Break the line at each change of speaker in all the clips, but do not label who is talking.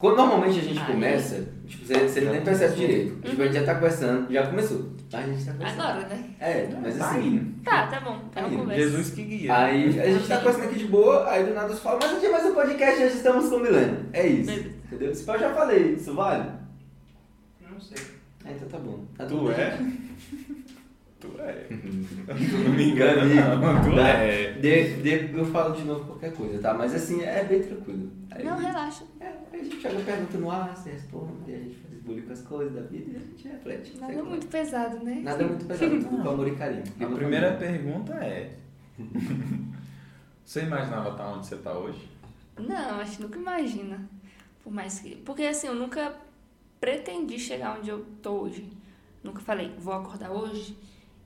Quando normalmente a gente
Ai.
começa, tipo, você, você nem percebe direito. Tipo, a gente já tá conversando, já começou. A gente tá conversando.
Agora, né?
É, mas
Tá
assim.
indo.
Tá, tá bom. Tá,
Aí,
eu converso.
Jesus que guia.
Aí a gente tá conversando aqui de boa, aí do nada você fala, mas a gente mais um podcast, já estamos combinando. É isso.
Beleza.
Entendeu? Se pá, eu já falei, isso vale?
Não sei.
Ah, então tá bom. Tá tudo
Tu
bem.
é? Tu é. Tu não me engana,
Amigo,
não. Tu
dá-
é.
De, de- eu falo de novo qualquer coisa, tá? Mas assim, é bem tranquilo. Aí,
Não, relaxa.
é, aí a gente joga pergunta no ar, você responde, a gente faz bullying com as coisas da vida e a gente reflete.
Nada
Sei
é
lá.
muito pesado, né?
Nada é muito pesado, tudo com amor e carinho.
A primeira pergunta é: Você imaginava estar onde você tá hoje?
Não, acho que nunca imagina. Por mais que. Porque assim, eu nunca pretendi chegar onde eu tô hoje. Nunca falei, vou acordar hoje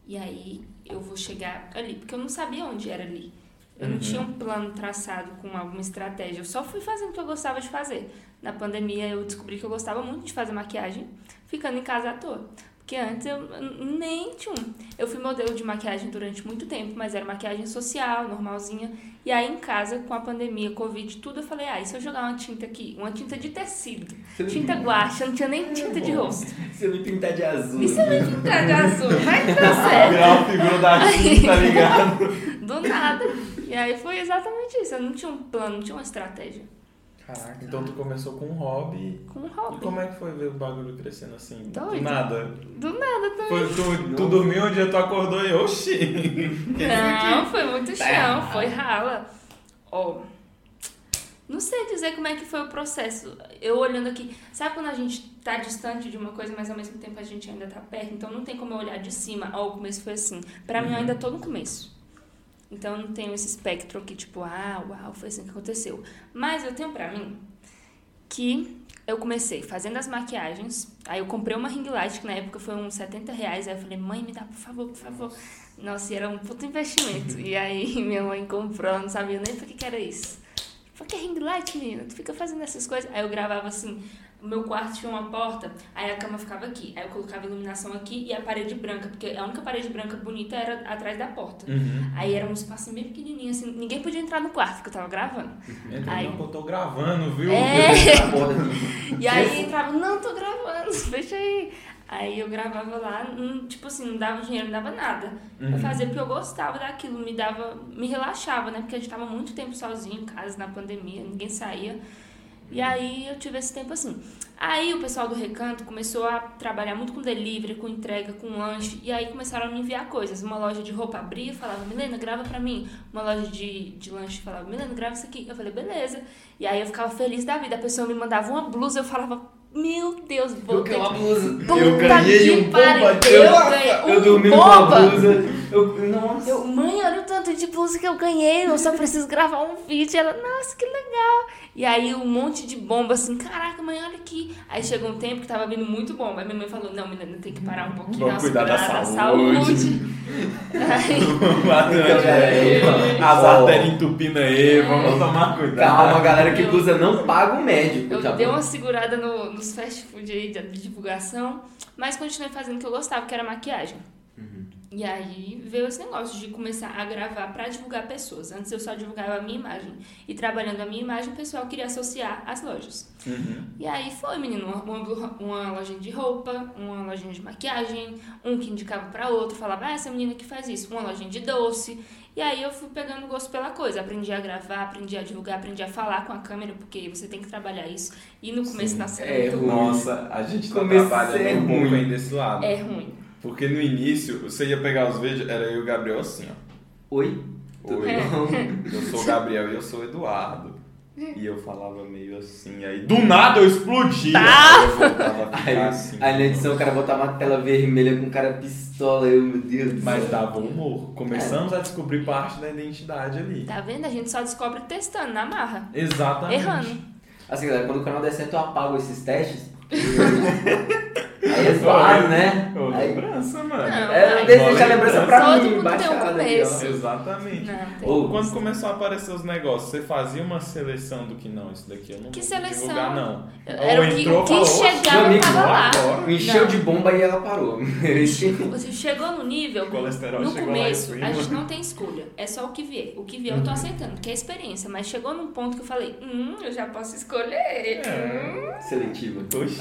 e aí eu vou chegar ali. Porque eu não sabia onde era ali. Eu não
Uhum.
tinha um plano traçado com alguma estratégia. Eu só fui fazendo o que eu gostava de fazer. Na pandemia eu descobri que eu gostava muito de fazer maquiagem, ficando em casa à toa. Porque antes eu n- nem tinha um. Eu fui modelo de maquiagem durante muito tempo, mas era maquiagem social, normalzinha. E aí em casa, com a pandemia, Covid, tudo, eu falei, ah, e se eu jogar uma tinta aqui? Uma tinta de tecido. Tinta guache, eu não tinha nem tinta de rosto.
Se eu me pintar de azul.
E se eu me pintar de azul? Vai que dá certo.
Virar É uma figura da Tim, tá ligado?
Do nada. E aí foi exatamente isso. Eu não tinha um plano, não tinha uma estratégia.
Caraca. Então tu começou com um hobby.
Com um
E
hobby.
como é que foi ver o bagulho crescendo assim? Do
Doido.
nada.
Do nada também.
Foi, tu, tu dormiu um dia, tu acordou e oxi.
Não, foi muito
Tá
chão,
errado.
foi rala. Ó, não sei dizer como é que foi o processo. Eu olhando aqui, sabe quando a gente tá distante de uma coisa, mas ao mesmo tempo a gente ainda tá perto? Então não tem como eu olhar de cima. Ó, o começo foi assim. Pra mim, eu ainda tô no começo. Então eu não tenho esse espectro que, tipo, ah, uau, foi assim que aconteceu. Mas eu tenho pra mim que eu comecei fazendo as maquiagens. Aí eu comprei uma ring light, que na época foi uns 70 reais. Aí eu falei, mãe, me dá, por favor, por favor. Nossa, e era um puto investimento. E aí minha mãe comprou, eu não sabia nem pra que, que era isso. Pra que ring light, menina? Tu fica fazendo essas coisas. Aí eu gravava assim, o meu quarto tinha uma porta, aí a cama ficava aqui. Aí eu colocava a iluminação aqui e a parede branca, porque a única parede branca bonita era atrás da porta.
Uhum.
Aí era um espaço bem pequenininho, assim, ninguém podia entrar no quarto que eu tava gravando.
Entrou,
Ai.
não, pô, tô gravando, viu?
É.
Tá bom, né?
E aí entrava, não, tô gravando, fecha aí. Aí eu gravava lá, não- tipo assim, não dava dinheiro, não dava nada.
Uhum.
Eu fazia porque eu gostava daquilo, me dava, me relaxava, né? Porque a gente tava muito tempo sozinho em casa na pandemia, ninguém saía. E aí eu tive esse tempo assim. Aí o pessoal do Recanto começou a trabalhar muito com delivery, com entrega, com lanche. E aí começaram a me enviar coisas. Uma loja de roupa abria e falava, Milena, grava pra mim. Uma loja de, de lanche falava, Milena, grava isso aqui. Eu falei, beleza. E aí eu ficava feliz da vida. A pessoa me mandava uma blusa, eu falava, meu Deus, vou
Eu
ter
ganhei
que
uma blusa.
Puta
eu ganhei
que
um
pariu,
bomba.
eu ganhei
eu
um
dormi com uma
bomba.
blusa. Eu, nossa.
Eu, mãe, olha o tanto de blusa que eu ganhei, eu só preciso gravar um vídeo. Ela, nossa, que legal. E aí um monte de bomba, assim, caraca, mãe, olha aqui. Aí chegou um tempo que tava vindo muito bomba. Aí minha mãe falou, não, menina, tem que parar um pouquinho.
Vamos
nossa,
cuidar da
cuidar
saúde.
Aí,
É.
As
Ó.
artérias entupindo aí, vamos tomar cuidado.
Calma, galera, que blusa não paga o médico.
eu
tá
dei
bom?
uma segurada no, nos fast food aí de, de divulgação, mas continuei fazendo o que eu gostava, que era maquiagem.
Uhum.
E aí veio esse negócio de começar a gravar pra divulgar pessoas. Antes eu só divulgava a minha imagem. E trabalhando a minha imagem, o pessoal queria associar as lojas.
Uhum.
E aí foi, menino, uma, uma, blu- uma lojinha de roupa, uma lojinha de maquiagem, um que indicava pra outro, falava, ah, essa menina que faz isso, uma lojinha de doce. E aí eu fui pegando gosto pela coisa, aprendi a gravar, aprendi a divulgar, aprendi a falar com a câmera, porque você tem que trabalhar isso. E no começo tá da série
é
muito
ruim.
Nossa, a gente tá
Comecei
trabalhando um pouco
ruim.
aí desse lado.
É ruim.
Porque no início, você ia pegar os vídeos, era eu e o Gabriel assim, ó.
Oi? Tudo
Oi,
bom?
eu sou o Gabriel e eu sou o Eduardo.
É.
E eu falava meio assim, aí do nada eu explodia. Aí eu voltava a
Tá. Aí,
ficar assim.
aí na edição o cara botava uma tela vermelha com cara pistola. Eu, meu Deus do
Mas
céu.
dava humor. Começamos a descobrir parte da identidade ali.
Tá vendo? A gente só descobre testando, na marra.
Exatamente.
Errando.
Assim, galera, quando o canal der certo, eu apago esses testes. Aí é suave, né?
Ô,
Aí-
lembrança,
Não.
mano.
É, não deixa deixar
Bola
lembrança
em
pra
branco.
mim,
Todo mundo tem um
baixada ali, ó.
começo.
Exatamente.
Não, tem.
Ou-
Quando começou a aparecer os negócios, você fazia uma seleção do que não, isso daqui eu não
Que
vou
seleção?
divulgar, não.
Era
Ou
o que,
entrou,
o
falou,
que chegava
amigo,
tava lá.
agora.
Encheu
Não.
de bomba e ela parou. Esse-
Você chegou no nível,
O colesterol
no
chegou
começo,
lá né? em cima.
a gente não tem escolha. É só o que vier. O que vier eu
Uhum.
tô aceitando, que é experiência. Mas chegou num ponto que eu falei, hum, eu já posso escolher.
É.
Hum.
Seletiva.
Oxi.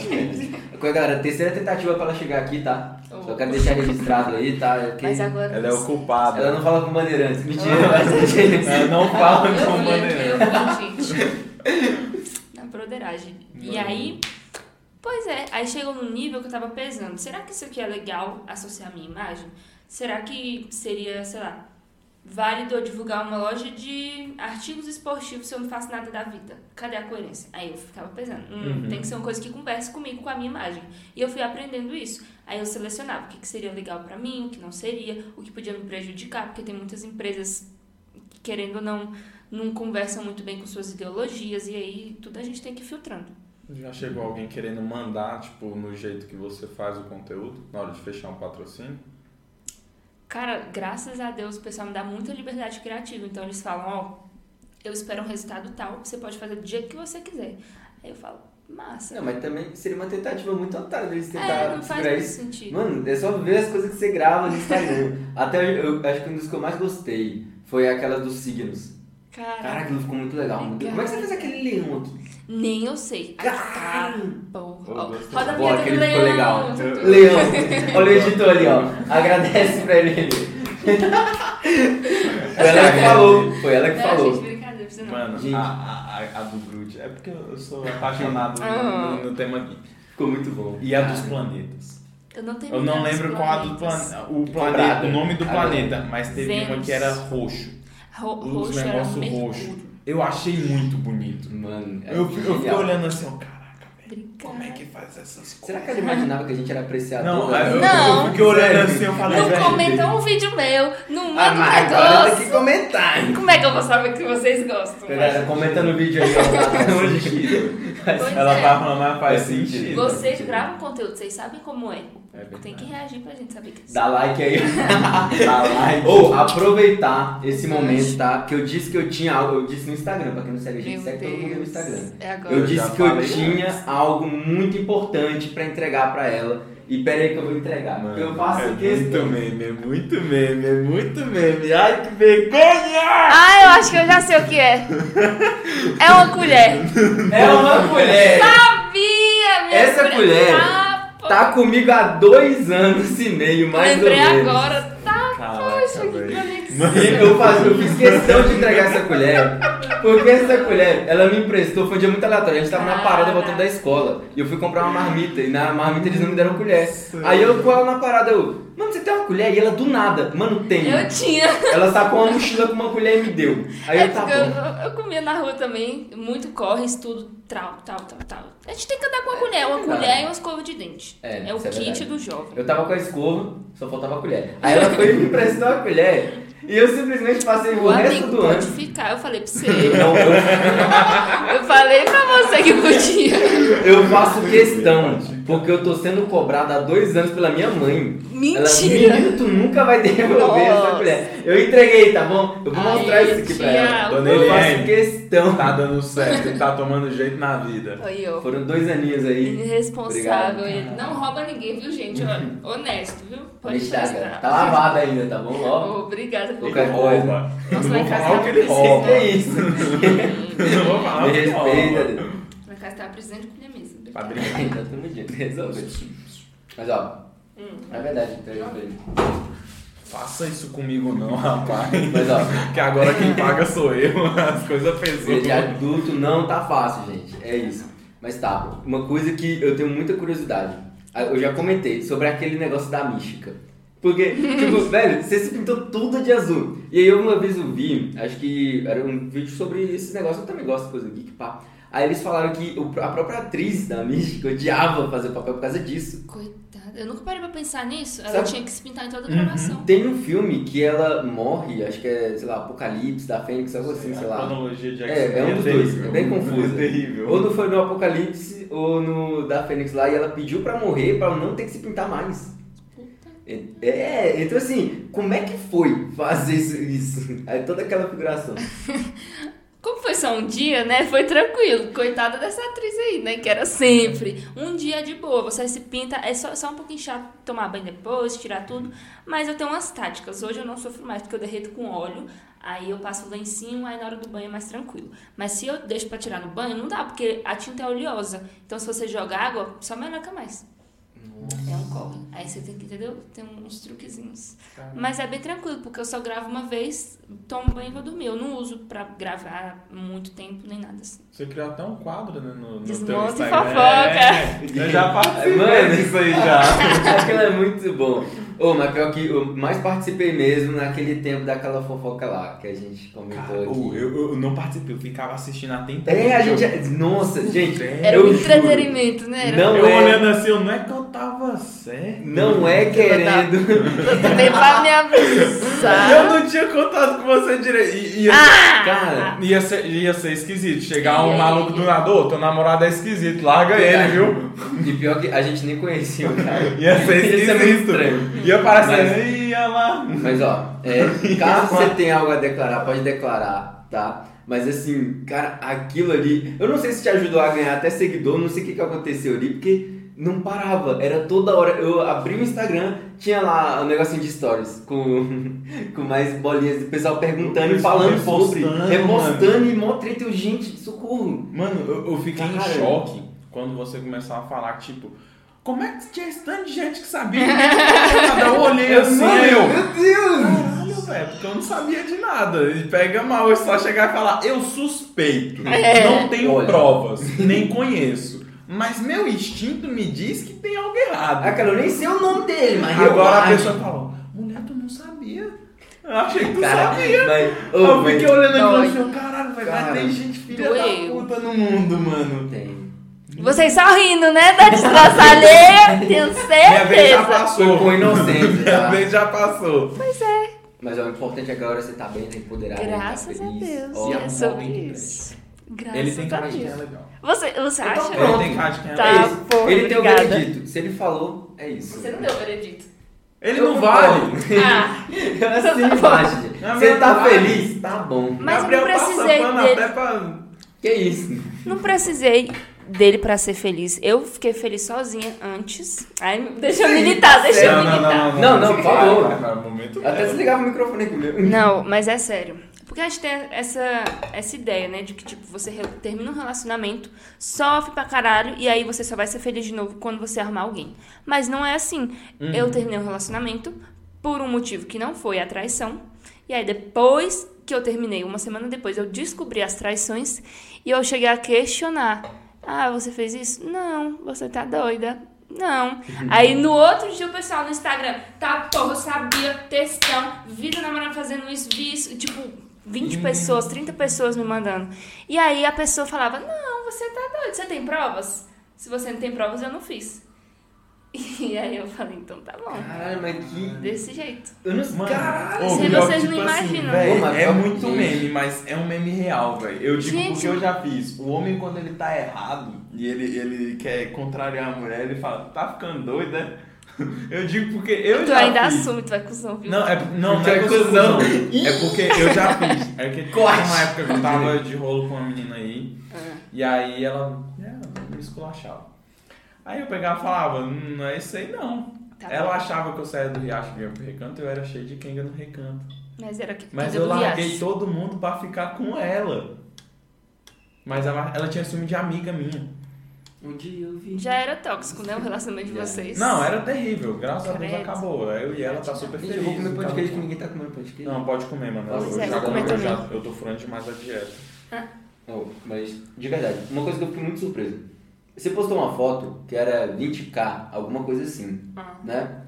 Agora, é, galera, terceira tentativa pra ela chegar aqui, tá?
Oh.
Só quero deixar registrado aí, tá? Que-
Mas Ah. agora...
Ela é o culpado.
Ela não fala com bandeirantes. Mentira, mas é
Ela não
Ah,
fala
eu
com
vi aqui,
maneira.
eu vi, gente. Na broderagem. E
Uhum.
aí... Pois é, aí chegou num nível que eu tava pesando. Será que isso aqui é legal associar à minha imagem? Será que seria, sei lá, válido eu divulgar uma loja de artigos esportivos se eu não faço nada da vida? Cadê a coerência? Aí eu ficava pensando, hum,
Uhum.
tem que ser uma coisa que converse comigo, com a minha imagem. E eu fui aprendendo isso. Aí eu selecionava o que, que seria legal pra mim, o que não seria, o que podia me prejudicar, porque tem muitas empresas que, querendo ou não, não conversam muito bem com suas ideologias, e aí tudo a gente tem que ir filtrando.
Já chegou alguém querendo mandar, tipo, no jeito que você faz o conteúdo, na hora de fechar um patrocínio?
Cara, graças a Deus o pessoal me dá muita liberdade criativa. Então eles falam, ó, eu espero um resultado tal, você pode fazer do jeito que você quiser. Aí eu falo, massa.
Não, mas também seria uma tentativa muito otária deles tentar
é, não faz
segurar
muito
isso.
sentido.
Mano, é só ver as coisas que você grava no Instagram. Até eu, eu acho que um dos que eu mais gostei foi aquela dos signos. Cara,
Cara,
aquilo ficou muito legal. Como é que você fez aquele leão aqui?
nem eu sei. Ah, tá, porra.
Eu
Ó,
gostei.
Roda a
Boa,
vinheta do
aquele ficou legal.
leão.
Eu-
Leão! Olha o editor ali, ó. Agradece pra ele. foi ela que falou. Foi ela é que
Não,
falou.
É, gente, brincadeira, você não.
Mano,
Gente.
a, a, a- a do Groot. É porque eu sou apaixonado
Ah.
no, no tema aqui.
Ficou muito bom.
E a dos planetas.
Eu não tenho
Eu não
muitos
lembro qual a do
planetas.
planeta. O,
Cobrada.
planeta, o nome do
Ah,
planeta, mas teve uma
Vênus.
que era roxo.
Ro
Os
roxo era
Um negócios
mercúrio.
roxo. Eu achei muito bonito.
Mano, é
Eu, eu fiquei
genial.
olhando assim, ó, caraca, velho,
Obrigada.
como é que é faz essas coisas?
Será que ela imaginava que a gente era apreciador?
Não, eu,
Não.
eu fiquei olhando
Sério?
assim, eu falei,
Não
velho.
comenta um vídeo meu, não
Ah,
manda um
mas agora tem
negócio.
que comentar. hein?
Como é que eu vou saber que vocês gostam?
Galera, comenta no vídeo aí, ó. Hoje sentido.
Pois
Ela
é.
tá
vai arrumar, faz
Faz sentido.
sentido.
Vocês gravam conteúdo, vocês sabem como é. O
É
público
verdade.
tem que reagir pra gente saber que é
Dá like aí.
Dá like.
Ou aproveitar esse momento, tá? Que eu disse que eu tinha algo. Eu disse no Instagram, pra quem não segue a gente,
Meu
segue todo mundo no
Deus.
Instagram.
É agora.
Eu
já
disse que eu
falei
tinha
antes.
algo muito importante pra entregar pra ela. E pera aí que eu vou entregar.
Mano,
eu faço
é
questão.
muito meme, é muito meme, é muito meme. Ai, que vergonha!
Ah, eu acho que eu já sei o que é. É uma colher.
É uma mulher.
Sabia, minha
Essa
pre-
colher
Ah, pô,
Tá comigo há dois anos e meio, mais
Lembrei
ou menos.
agora. Tá,
Caraca,
poxa, que
velho.
conexão.
Mano.
E é eu, faço, eu fiz questão de entregar essa colher, porque essa colher, ela me emprestou, foi um dia muito aleatório, a gente tava na parada voltando da escola, e eu fui comprar uma marmita, e na marmita eles não me deram colher. Aí eu com ela na parada, eu, mano, você tem uma colher? E ela do nada, mano, tem.
Eu tinha.
Ela sacou uma mochila com uma colher e me deu. Aí
É
eu, tá
porque eu,
bom.
eu, comia na rua também, muito corre, estudo, tal, tal, tal, tal. A gente tem que andar com uma colher, uma
verdade.
colher e uma escova de dente.
É,
É, o
isso é
kit
verdade.
do jovem.
Eu tava com a escova, só faltava a colher. Aí ela foi e me emprestou a colher, e eu simplesmente passei o
O
resto
amigo
do
pode
ano...
ficar, eu falei pra você.
Não, eu
Eu falei pra você que podia.
Eu faço questão, porque eu tô sendo cobrado há dois anos pela minha mãe.
Mentira.
Ela, menino, tu nunca vai devolver essa
Nossa.
colher. Eu entreguei, tá bom? Eu vou
Ai,
mostrar isso aqui pra ela.
Thiago.
Dona
Eu faço
Eliane.
questão.
Tá dando certo, tá tomando jeito na vida.
Aí, ó.
Foram dois aninhos aí.
Irresponsável.
Obrigado.
Ele não rouba ninguém, viu, gente? Olha, honesto, viu? Pode
Bichaga,
prestar.
tá lavada ainda, tá bom? Ó.
Obrigada por
Qualquer
Ele
coisa.
rouba.
Nossa, lá
Eu não vou
em casa
falar o que ele
tá
Que
rouba.
é isso?
Eu não vou falar
Me
o que ele rouba.
respeita.
Na casa tava precisando de colher mesmo.
Tá
Obrigada.
brincando.
Então tamo junto, resolve. Mas ó,
Hum.
é verdade, entreguei pra ele.
Faça isso comigo não, rapaz.
Mas ó,
Que agora quem paga sou eu. As coisas
Vida de
pesadas.
é adulto não tá fácil, gente. É isso. Mas tá, uma coisa que eu tenho muita curiosidade. Ah, Eu já comentei sobre aquele negócio da mística. Porque, tipo, velho, você se pintou tudo de azul. E aí eu uma vez eu vi, acho que era um vídeo sobre esse negócio, eu também gosto de coisa geek, pá. Aí eles falaram que o- a própria atriz da Mística odiava fazer o papel por causa disso.
Coitada. Eu nunca parei pra pensar nisso. Ela
Sabe-
tinha que se pintar em toda a
Uhum.
gravação.
Tem um filme que ela morre, acho que é, sei lá, Apocalipse da Fênix, algo assim, sei
A
lá.
cronologia de
É, é um dos dois, é bem confuso.
É terrível.
Ou no, foi no Apocalipse ou no da Fênix lá e ela pediu pra morrer pra não ter que se pintar mais.
Puta.
É, então assim, como é que foi fazer isso? isso? Aí toda aquela figuração.
Como foi só um dia, né? Foi tranquilo. Coitada dessa atriz aí, né? Que era sempre. Um dia de boa, você se pinta. É só, só um pouquinho chato tomar banho depois, tirar tudo. Mas eu tenho umas táticas. Hoje eu não sofro mais, porque eu derreto com óleo. Aí eu passo lá em cima, aí na hora do banho é mais tranquilo. Mas se eu deixo pra tirar no banho, não dá, porque a tinta é oleosa. Então se você joga água, só meleca mais. É um corre. Aí você tem que, entendeu? Tem uns truquezinhos. Mas é bem tranquilo, porque eu só gravo uma vez, tomo banho e vou dormir. Eu não uso pra gravar muito tempo nem nada assim.
Você criou até um quadro, né? No, no teu
Desmonte
Instagram.
fofoca.
É, eu já participei
Mano.
disso aí já.
Aquilo é muito bom. Ô, mas pior que eu mais participei mesmo naquele tempo daquela fofoca lá que a gente comentou
Cara,
aqui.
eu, eu- eu não participei, eu ficava assistindo atentamente.
É, a gente. Nossa, gente.
Era
eu
um
juro,
entretenimento, né? Era
Não
Eu
é.
olhando assim, eu não é que eu tava certo.
Não é querendo.
também pra me
Eu
avisar. Ah!
não tinha contato com você direito. E- e-
Cara,
Ia ser, ia ser esquisito. Chegar
Ia,
um maluco
ia.
do nada, ô, teu namorado é esquisito, larga ele, viu?
e pior que a gente nem conhecia o cara.
Ia ser
Ia ser muito
esquisito.
estranho.
Ia
Mas-
parecer, ia lá.
Mas ó, é, caso você tenha algo a declarar, pode declarar, tá? Mas assim, cara, aquilo ali. Eu não sei se te ajudou a ganhar até seguidor, não sei o que, que aconteceu ali, porque não parava. Era toda hora. Eu abri o Instagram, tinha lá um negocinho de stories com, com mais bolinhas, o pessoal perguntando e falando
Repostando,
sobre,
mano.
repostando e mó treta. Eu, gente, socorro.
Mano, eu, eu fiquei
Cara.
em choque quando você começou a falar, tipo, como é que tinha esse tanto de gente que sabia? que tinha nada? Eu olhei assim,
Mano,
aí eu.
Meu Deus!
Caralho, velho, porque eu não sabia de nada. E pega mal, eu só chegar e falar, eu suspeito.
É.
Não tenho
Olha.
provas, nem conheço. Mas meu instinto me diz que tem algo errado.
Ah, cara, eu nem sei o nome dele, mas eu
Agora a
acho.
pessoa falou, mulher, tu não sabia. Eu achei que tu
Cara,
sabia.
mas. ô,
Eu
mas-
fiquei olhando
Dói.
aqui e falei, caralho, velho,
Cara.
mas tem gente filha
Doeu.
da puta no mundo, mano.
Tem.
Vocês só rindo, né? Da desgraça alheia, tenho
Minha vez já
certeza.
Sou com
passou.
inocente,
Minha
tá?
vez já passou.
Mas ó, o importante agora é você tá bem, tá empoderado. tá
Graças a
feliz.
Deus.
Ó,
e é
um
sobre
momento
isso.
Ele
Graças
tem
a
cara de quem é
Deus.
legal.
Você, você
Então
acha?
pronto.
Ele tem cara de quem é
pra-
Tá.
legal.
É isso.
pô,
Ele tem o
obrigada.
veredito. Se ele falou, é isso.
Você não deu o veredito.
Ele
Eu
não vale.
concordo.
Ah,
Eu assim, imagem.
Na
Você tá
verdade.
feliz? Tá bom.
Mas eu não
Gabriel passa
precisei
pano
dele.
até pra...
Que isso?
não precisei dele pra ser feliz. Eu fiquei feliz sozinha antes. Ai, deixa eu militar, deixa eu
Não, não,
militar.
não,
Não, não, é. por favor.
Vai, vai, vai, um momento
Até
dela.
desligava o microfone aqui meu.
Não, mas é sério. Porque a gente tem essa, essa ideia, né? De que, tipo, você re- termina um relacionamento, sofre pra caralho, e aí você só vai ser feliz de novo quando você arrumar alguém. Mas não é assim. Eu terminei um relacionamento por um motivo que não foi a traição. E aí depois que eu terminei, uma semana depois, eu descobri as traições e eu cheguei a questionar. Ah, você fez isso? Não, você tá doida. Não.
Uhum.
Aí no outro dia o pessoal no Instagram, tá, porra, eu sabia, textão, vida namorada fazendo isso, vi isso, e, tipo, 20
Uhum.
pessoas, 30 pessoas me mandando. E aí a pessoa falava, não, você tá doido, você tem provas? Se você não tem provas, eu não fiz. E aí eu falei, então tá bom.
Caralho, mas que.
Desse jeito.
Eu não sei.
Mano,
Caralho!
ô,
se
pior
vocês
que,
não
tipo assim,
imaginam.
véi,
Ô, mas tá
é
pior que
muito
isso.
meme, mas é um meme real, velho. Eu digo
Gente.
porque eu já fiz. O homem, quando ele tá errado e ele, ele quer contrariar a mulher, ele fala, tá ficando doida? é?" Eu digo porque eu
tu
já
ainda
fiz.
assume, tu vai cuzão, viu?
Não, é, não, não
Porque
é
é
cuzão. É porque eu já fiz. É que
Corte.
tinha uma época que eu tava de rolo com uma menina aí.
Ah.
E aí ela, ela me esculachava. Aí eu pegava e falava, "Hum, não é isso aí não.
Tá
ela
bom.
achava que eu saía do riacho e vinha pro recanto, eu era cheio de quenga no recanto.
Mas era que
Mas
que
eu
do Riacho.
larguei todo mundo pra ficar com ela. Mas ela, ela tinha ciúme de amiga minha.
Um dia eu vi.
Já era tóxico, né? O relacionamento de vocês.
Não, é- era terrível. Graças a Deus
Credo.
acabou. Eu e ela tá super
Gente,
feliz.
eu vou comer
tá
pão de queijo que
bom.
ninguém tá comendo pão de queijo.
Não, pode comer, mano. Eu,
Pois é,
eu, já,
vou comer
eu, já,
também.
eu tô furando demais a dieta.
Não, mas, de verdade, uma coisa que eu fiquei muito surpreso. Você postou uma foto que era 20k, alguma coisa assim,
Ah.
né?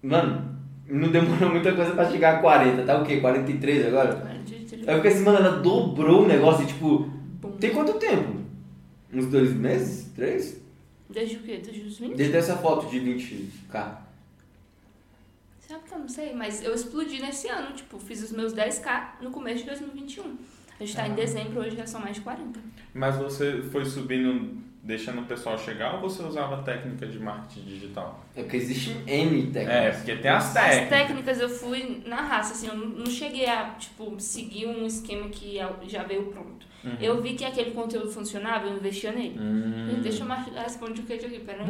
Mano, não demorou muita coisa pra chegar a 40, tá o quê? 43 agora?
De- de-
É
Aí eu fiquei assim, mano, ela dobrou o negócio e tipo,
Bom.
tem quanto tempo? Uns dois meses? Três?
Desde o quê? Desde os 20?
Desde essa foto de 20k.
Sabe que eu não sei, mas eu explodi nesse ano, tipo, fiz os meus 10k no começo de 2021. A gente tá em dezembro, hoje já são mais de 40.
Mas você foi subindo, deixando o pessoal chegar ou você usava técnica de marketing digital?
É porque existe N
É, então.
técnicas.
porque tem as
As
técnicas.
técnicas eu fui na raça, assim, eu não não cheguei a, tipo, seguir um esquema que já veio pronto. Eu vi que aquele conteúdo funcionava, eu investia nele.
Hum.
Gente, Deixa eu mar- responder o que aqui, pera.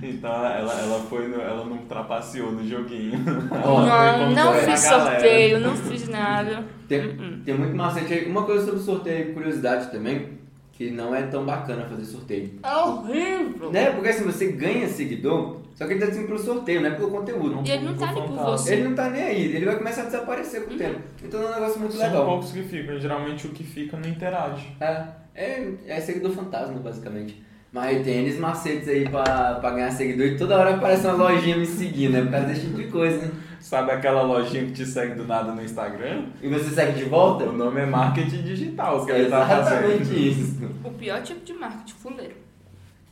Então ela, ela foi no- ela não trapaceou no joguinho.
Ó,
não,
foi
é
não
contar
fiz
pra galera.
sorteio, não fiz nada. Uhum.
Tem, tem muito macete aí. Uma coisa sobre sorteio e curiosidade também, que não é tão bacana fazer sorteio.
É horrível.
Né? Porque assim, você ganha seguidor, só que ele tá assim pro sorteio, não é pelo conteúdo.
E ele não tá ali por você.
Ele não tá nem aí, ele vai começar a desaparecer com o tempo. Então é um negócio muito
São
legal.
poucos que ficam, geralmente o que fica não interage.
É, é, é seguidor fantasma, basicamente. Mas tem eles macetes aí pra, pra ganhar seguidor e toda hora aparece uma lojinha me seguindo, né? Por causa desse tipo de coisa, né?
Sabe aquela lojinha que te segue do nada no Instagram?
E você segue de volta?
O nome é marketing digital, o que
É
ele tá fazendo.
exatamente isso.
O pior tipo de marketing, fuleiro.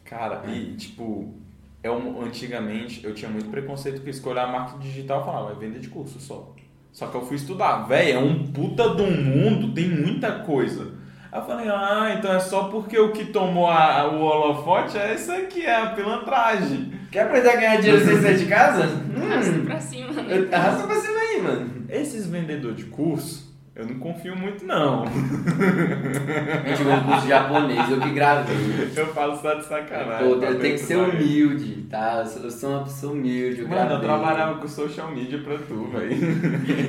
Cara, e tipo, é um- antigamente eu tinha muito preconceito que escolher a marca digital e falava, é venda de curso só. Só que eu fui estudar, velho, é um puta do mundo, tem muita coisa. Aí eu falei, ah, então é só porque o que tomou a- a- o holofote é isso aqui, é a pilantragem.
Quer aprender a ganhar dinheiro sem sair de casa? Hum,
Arrasta pra cima. né?
eu- arrasta pra cima aí, mano.
Esses vendedores de curso, eu não confio muito não.
Eu tive um curso japonês, eu que gravei.
Eu falo só de sacanagem. tá
Pô,
pra
eu tenho que ser um
pessoal.
humilde, tá? Eu sou- eu sou uma pessoa humilde, eu
Mano, eu
gravei.
trabalhava com social media pra tu, velho.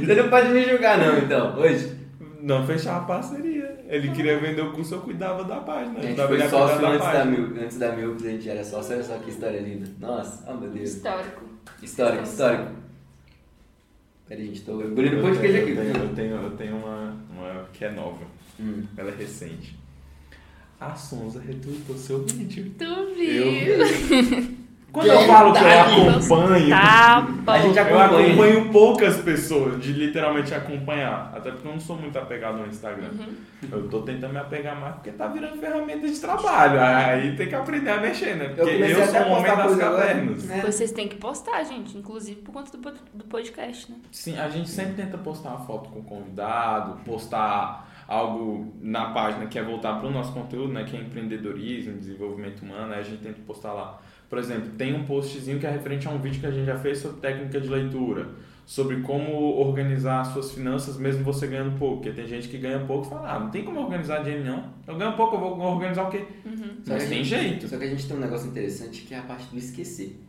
Você não pode me julgar não, então, hoje.
Não fechava a parceria. Ele queria vender o curso, eu cuidava da página.
A
Eu
gente
tava
foi
ali a cuidar
sócio antes da
página.
Milk, antes da Milk, a gente era sócio, olha só que história linda. Nossa, oh meu Deus.
Histórico.
Histórico, histórico. Peraí, gente, tô engolindo um
Eu
monte de queijo aqui.
tenho- Eu tenho, eu tenho, eu tenho uma, uma que é nova.
Hum.
Ela é recente. A Sonza retweetou seu vídeo.
Tu
Eu
viu?
Quando eu falo que eu
Verdade.
acompanho,
Tá
A gente
bom.
já-
eu
acompanha.
acompanho poucas pessoas de literalmente acompanhar. Até porque eu não sou muito apegado no Instagram.
Uhum.
Eu tô tentando me apegar mais porque tá virando ferramenta de trabalho. Aí tem que aprender a mexer, né? Porque eu, sou um homem das cavernas.
né?
Vocês têm que postar, gente, inclusive por conta do, pod- do podcast, né?
Sim, a gente sempre tenta postar uma foto com o convidado, postar algo na página que é voltar para o nosso conteúdo, né? Que é empreendedorismo, desenvolvimento humano, aí a gente tenta postar lá. Por exemplo, tem um postzinho que é referente a um vídeo que a gente já fez sobre técnica de leitura, sobre como organizar as suas finanças mesmo você ganhando pouco. Porque tem gente que ganha pouco e fala, ah, não tem como organizar dinheiro não. Eu ganho pouco, eu vou organizar o quê?
Só que
Mas
a
tem
gente-
jeito.
Só que a gente tem um negócio interessante que é a parte do esquecer.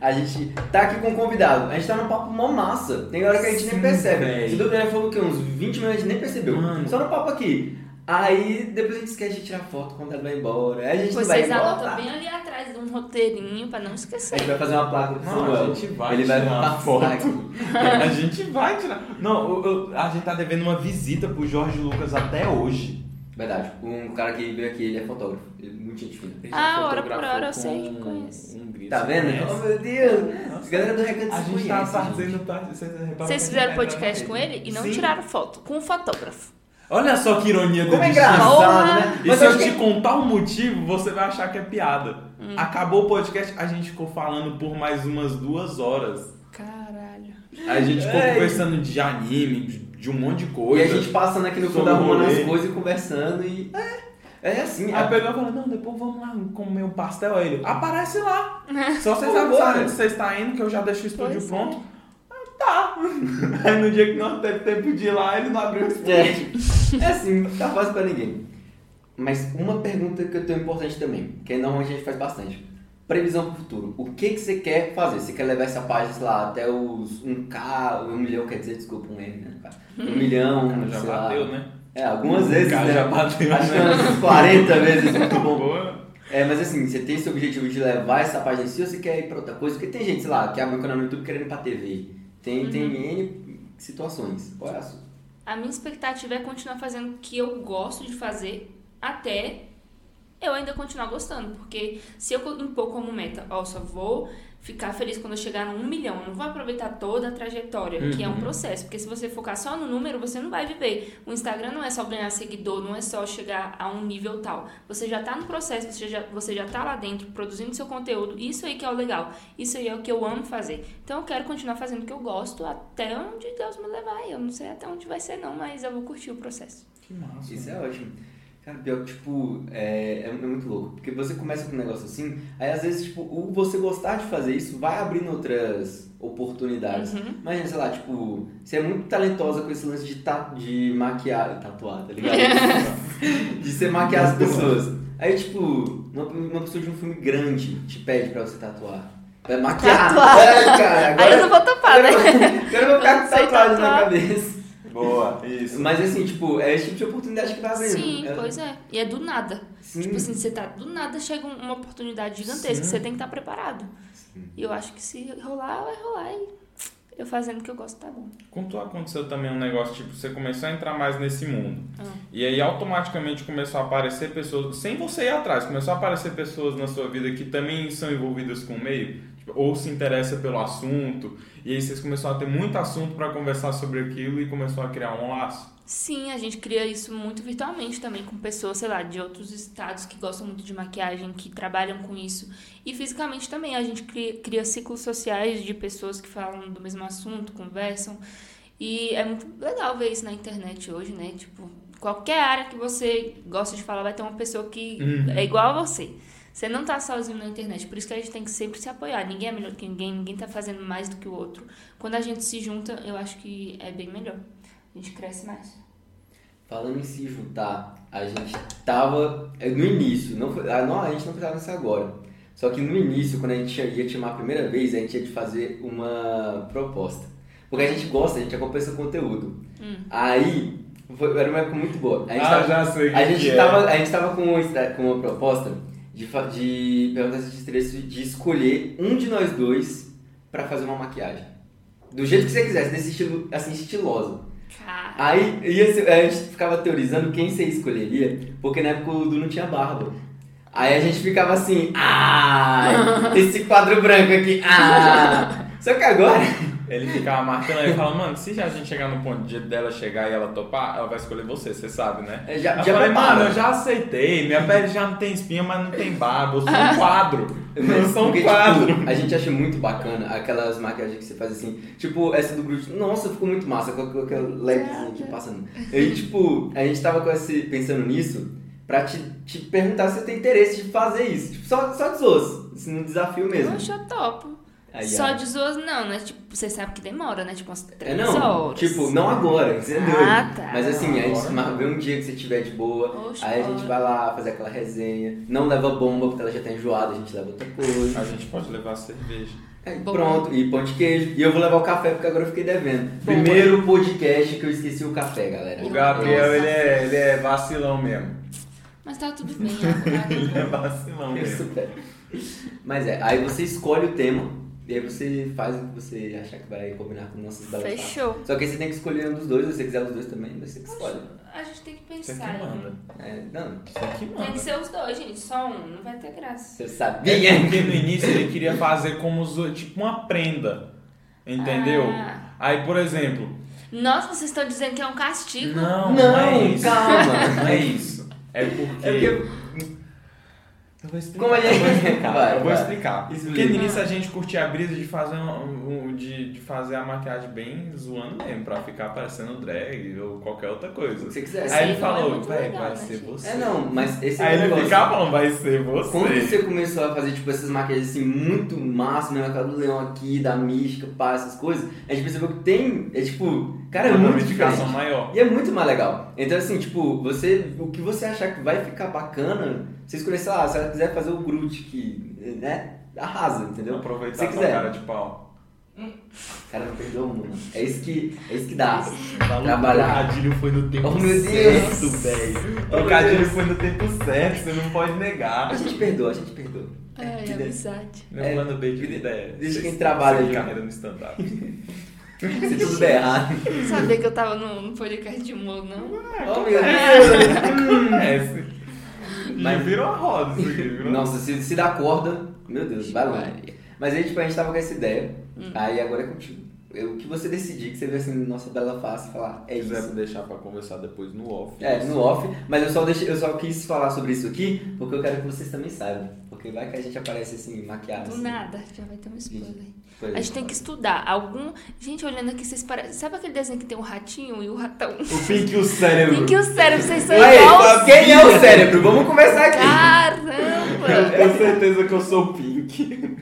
a gente tá aqui com um convidado, a gente tá num papo mó massa. Tem hora que a gente nem
Sim,
percebe.
véi.
Se duvidar, falou que uns 20 minutos a gente nem percebeu.
Mano.
Só no papo aqui. Aí depois a gente esquece de tirar foto quando ela vai embora. Aí a gente não vai É,
Vocês
embora.
anotam bem ali atrás de um roteirinho pra não
A gente
esquecer.
vai fazer uma placa pro
Não, a
Samuel.
gente vai
é. Ele vai
tirar
passar
foto.
aqui.
A gente vai tirar. Não, eu- eu- a gente tá devendo uma visita pro Jorge Lucas até hoje.
Verdade, um cara que veio aqui, ele é fotógrafo. Ele é muito gente fina.
Ele
Ah,
já
hora
fotografou
por hora, eu
com
sei, conheço.
um grito,
Tá vendo?
conhece.
Oh meu Deus!
Nossa.
Galera do Recanto
A
se
gente tá
conhece,
fazendo parte. Vocês repararam que a
Vocês
gente
fizeram
tá
podcast
gravando
com ele e não
Sim.
tiraram foto, com o fotógrafo.
Olha só que ironia do
Como é
destino.
engraçado,
Porra!
né?
E
Mas
se
eu
eu
acho
te
que-
contar o motivo, você vai achar que é piada. Acabou o podcast, a gente ficou falando por mais umas duas horas.
Caralho.
A gente ficou
É.
conversando de anime, de, de um monte de
E
coisa.
a gente passando aqui no fundo
Sobre o
arrumando
rolê.
as coisas e conversando e. É, é assim.
Aí
é-
pegou e falou, não, depois vamos lá comer um pastel. Aí ele, aparece lá. Só vocês
Vambora.
avisarem que vocês estão indo, que eu já deixo o estúdio
Pois é.
pronto. Ah, tá. Aí no dia que nós teve tempo de ir lá, ele não abriu o estúdio.
É, é assim, não tá fácil pra ninguém. Mas uma pergunta que eu tenho importante também, que normalmente a gente faz bastante. Previsão pro futuro. O que, que você quer fazer? Você quer levar essa página, sei lá, até os 1K, 1 milhão, quer dizer, desculpa, um M, né? 1 milhão,
Uhum. Já
sei lá.
bateu, né?
É, algumas vezes,
Cara,
né?
já bateu,
Acho que
né?
umas 40 vezes, muito bom.
Boa.
É, mas assim, você tem esse objetivo de levar essa página em si ou você quer ir pra outra coisa? Porque tem gente, sei lá, que abre um canal no YouTube querendo ir pra TV. Tem,
Uhum.
tem N situações. Qual é a sua?
A minha expectativa é continuar fazendo o que eu gosto de fazer até eu ainda continuar gostando, porque se eu impor como meta, ó, só vou ficar feliz quando eu chegar no 1 milhão, eu não vou aproveitar toda a trajetória, que é um processo, porque se você focar só no número, você não vai viver. O Instagram não é só ganhar seguidor, não é só chegar a um nível tal. Você já tá no processo, você já, você já tá lá dentro, produzindo seu conteúdo, isso aí que é o legal, isso aí é o que eu amo fazer. Então eu quero continuar fazendo o que eu gosto até onde Deus me levar, eu não sei até onde vai ser não, mas eu vou curtir o processo.
Que massa.
Isso é ótimo. Cara, pior que, tipo, é, é muito louco. Porque você começa com um negócio assim, aí às vezes, tipo, o você gostar de fazer isso vai abrindo outras oportunidades.
Uhum.
Imagina, sei lá, tipo, você é muito talentosa com esse lance de, ta de maquiar, tatuar, tá ligado? de você maquiar as pessoas. Aí, tipo, uma, uma pessoa de um filme grande te pede pra você tatuar. Vai maquiar.
Tatuar.
É, cara, agora,
Aí eu não vou topar, né?
Agora eu vou ficar com
Sei
tatuagem na
tatuar.
cabeça.
Boa, isso.
Mas assim, tipo, é esse tipo de oportunidade que vai abrindo.
Sim,
É-
pois é. E é do nada.
Sim.
Tipo assim, você tá do nada, chega um- uma oportunidade gigantesca,
Sim.
você tem que estar preparado. E eu acho que se rolar, vai rolar. E eu fazendo o que eu gosto, tá bom.
Quando aconteceu também um negócio, tipo, você começou a entrar mais nesse mundo.
Ah.
E aí automaticamente começou a aparecer pessoas, sem você ir atrás, começou a aparecer pessoas na sua vida que também são envolvidas com o meio, tipo, ou se interessa pelo assunto. E aí vocês começaram a ter muito assunto pra conversar sobre aquilo e começou a criar um laço.
Sim, a gente cria isso muito virtualmente também com pessoas, sei lá, de outros estados que gostam muito de maquiagem, que trabalham com isso. E fisicamente também, a gente cria, cria ciclos sociais de pessoas que falam do mesmo assunto, conversam. E é muito legal ver isso na internet hoje, né? Tipo, qualquer área que você gosta de falar vai ter uma pessoa que
Uhum.
é igual a você. Você não tá sozinho na internet, por isso que a gente tem que sempre se apoiar. Ninguém é melhor que ninguém, ninguém tá fazendo mais do que o outro. Quando a gente se junta, eu acho que é bem melhor. A gente cresce mais.
Falando em se juntar, a gente tava. é, No início, não foi, ah, não, a gente não pensava nisso agora. Só que no início, quando a gente ia te chamar a primeira vez, a gente ia te fazer uma proposta. Porque a gente gosta, a gente acompanha seu conteúdo. Aí, foi- era uma época muito boa. A gente tava,
Ah, já sei. o
a
que
gente
que é.
tava, a gente tava com, uma- com uma proposta de, fa- de perguntar se tinha interesse de escolher um de nós dois pra fazer uma maquiagem. Do jeito que você quisesse, desse estilo, assim, estilosa.
Cara,
Aí ia ser- a gente ficava teorizando quem você escolheria, porque na época o Dudu não tinha barba. Aí a gente ficava assim, ah, esse quadro branco aqui, ah. Só que agora,
Ele ficava marcando aí e falava, mano, se a gente chegar no ponto de dela chegar e ela topar, ela vai escolher você, você sabe, né?
é, já,
Eu
já
falei,
prepara.
mano, eu já aceitei, minha pele já não tem espinha, mas não tem barba, eu sou um quadro. Eu sou
Porque,
um
tipo,
quadro.
a gente acha muito bacana aquelas maquiagens que você faz assim, tipo essa do Groot, nossa, ficou muito massa, com com aquela lequezinha que passa. no- E tipo, a gente tava com esse, pensando nisso pra te, te perguntar se você tem interesse de fazer isso. Tipo, só, só de zoas, assim, num desafio mesmo.
poxa, eu topo.
Aí,
Só
ah.
de zoas não, né? Tipo, você sabe que demora, né? Tipo, umas
É
três
não,
horas.
tipo, não agora, você é doido.
Ah, tá.
Mas assim, a gente
Agora.
marca um dia que você estiver de boa,
Poxa,
aí a gente vai lá fazer aquela resenha. Não leva bomba porque ela já tá enjoada, a gente leva outra coisa.
A gente pode levar cerveja.
Aí,
Bomba.
pronto, e pão de queijo. E eu vou levar o café porque agora eu fiquei devendo. Primeiro podcast que eu esqueci o café, galera.
O
Gabriel,
Gabriel,
ele
ele é, vacilão mesmo.
Mas tá tudo bem, né?
Ele é vacilão
Eu
mesmo.
super. Mas é, aí você escolhe o tema, e aí você faz o que você achar que vai combinar com nossos balanços.
Fechou.
Só que aí você tem que escolher um dos dois, se você quiser os dois também, você que escolhe.
Poxa, a gente tem que
Você que
pensar. né?
manda.
É, não,
Você que
Tem que
manda.
ser os dois, gente. Só um, não vai ter graça.
você sabia.
É porque no início ele queria fazer como zo- tipo uma prenda. Entendeu?
Ah.
Aí, por exemplo,
Nossa, vocês estão dizendo que é um castigo?
não,
Não,
é isso.
calma.
Não é isso. É porque.
É porque
Eu vou explicar.
Como ele-
Eu vou explicar.
Vai,
eu vou
vai.
explicar.
Explica.
Porque no início a gente curtia a brisa de fazer, um, um- de, de fazer a maquiagem bem zoando mesmo, pra ficar parecendo drag ou qualquer outra
O que
coisa.
você quiser.
Aí ele
Sim, é
falou,
muito
vai,
legal,
vai
né,
ser
gente?
você.
É não, mas esse é
Aí
o
ele
negócio.
ficava falando, assim. vai ser
Quando
você.
você começou a fazer tipo essas maquiagens assim muito massa, mesmo aquela do leão aqui, da mística, pá, essas coisas, a gente percebeu que tem, é tipo, cara, é
Uma
muito
modificação
diferente.
maior.
E é muito mais legal. Então assim, tipo, você, o que você achar que vai ficar bacana, você escolher, sei lá, se ela quiser fazer o Groot que, né, arrasa, entendeu?
Aproveitar
Se
essa
quiser.
cara de pau.
Cara, não perdoa, mano. É isso que, é isso que dá.
O
Trabalhar.
trocadilho foi no tempo
Oh, meu
certo,
Deus. É,
velho. O
Oh, meu
trocadilho
Deus.
foi no tempo certo, você não pode negar.
A gente perdoa, a gente perdoa.
Ai, amizade.
Não
É,
manda beijo de ideia.
deixa quem
Vocês-
trabalha
seguir
aí.
carreira no stand-up.
Se tudo der errado.
Sabia que eu tava no, no podcast de humor, não?
Oh, meu Deus.
Acontece. Mas
Mas-
virou a roda isso aqui, viu?
Nossa, se, se dá corda, meu Deus, vai longe.
Maria.
Mas aí, tipo, a gente tava com essa ideia.
Hum.
Aí agora é contigo. É O que você decidir, que você vê assim, nossa bela face, falar, é
Se quiser
isso.
deixar pra conversar depois no off.
É, no off, mas eu só, deixei, eu só quis falar sobre isso aqui porque eu quero que vocês também saibam. Porque vai que a gente aparece assim, maquiado.
Do
assim.
nada, já vai ter um spoiler.
Pois é.
A gente tem que estudar. Algum. Gente, olhando aqui, vocês parecem. Sabe aquele desenho que tem o ratinho e o ratão?
O Pink e o cérebro.
Tem que o cérebro, vocês são
Ué,
tá
igual.
quem é o cérebro? Vamos começar aqui.
Eu
Caramba!
tenho certeza que eu sou pink.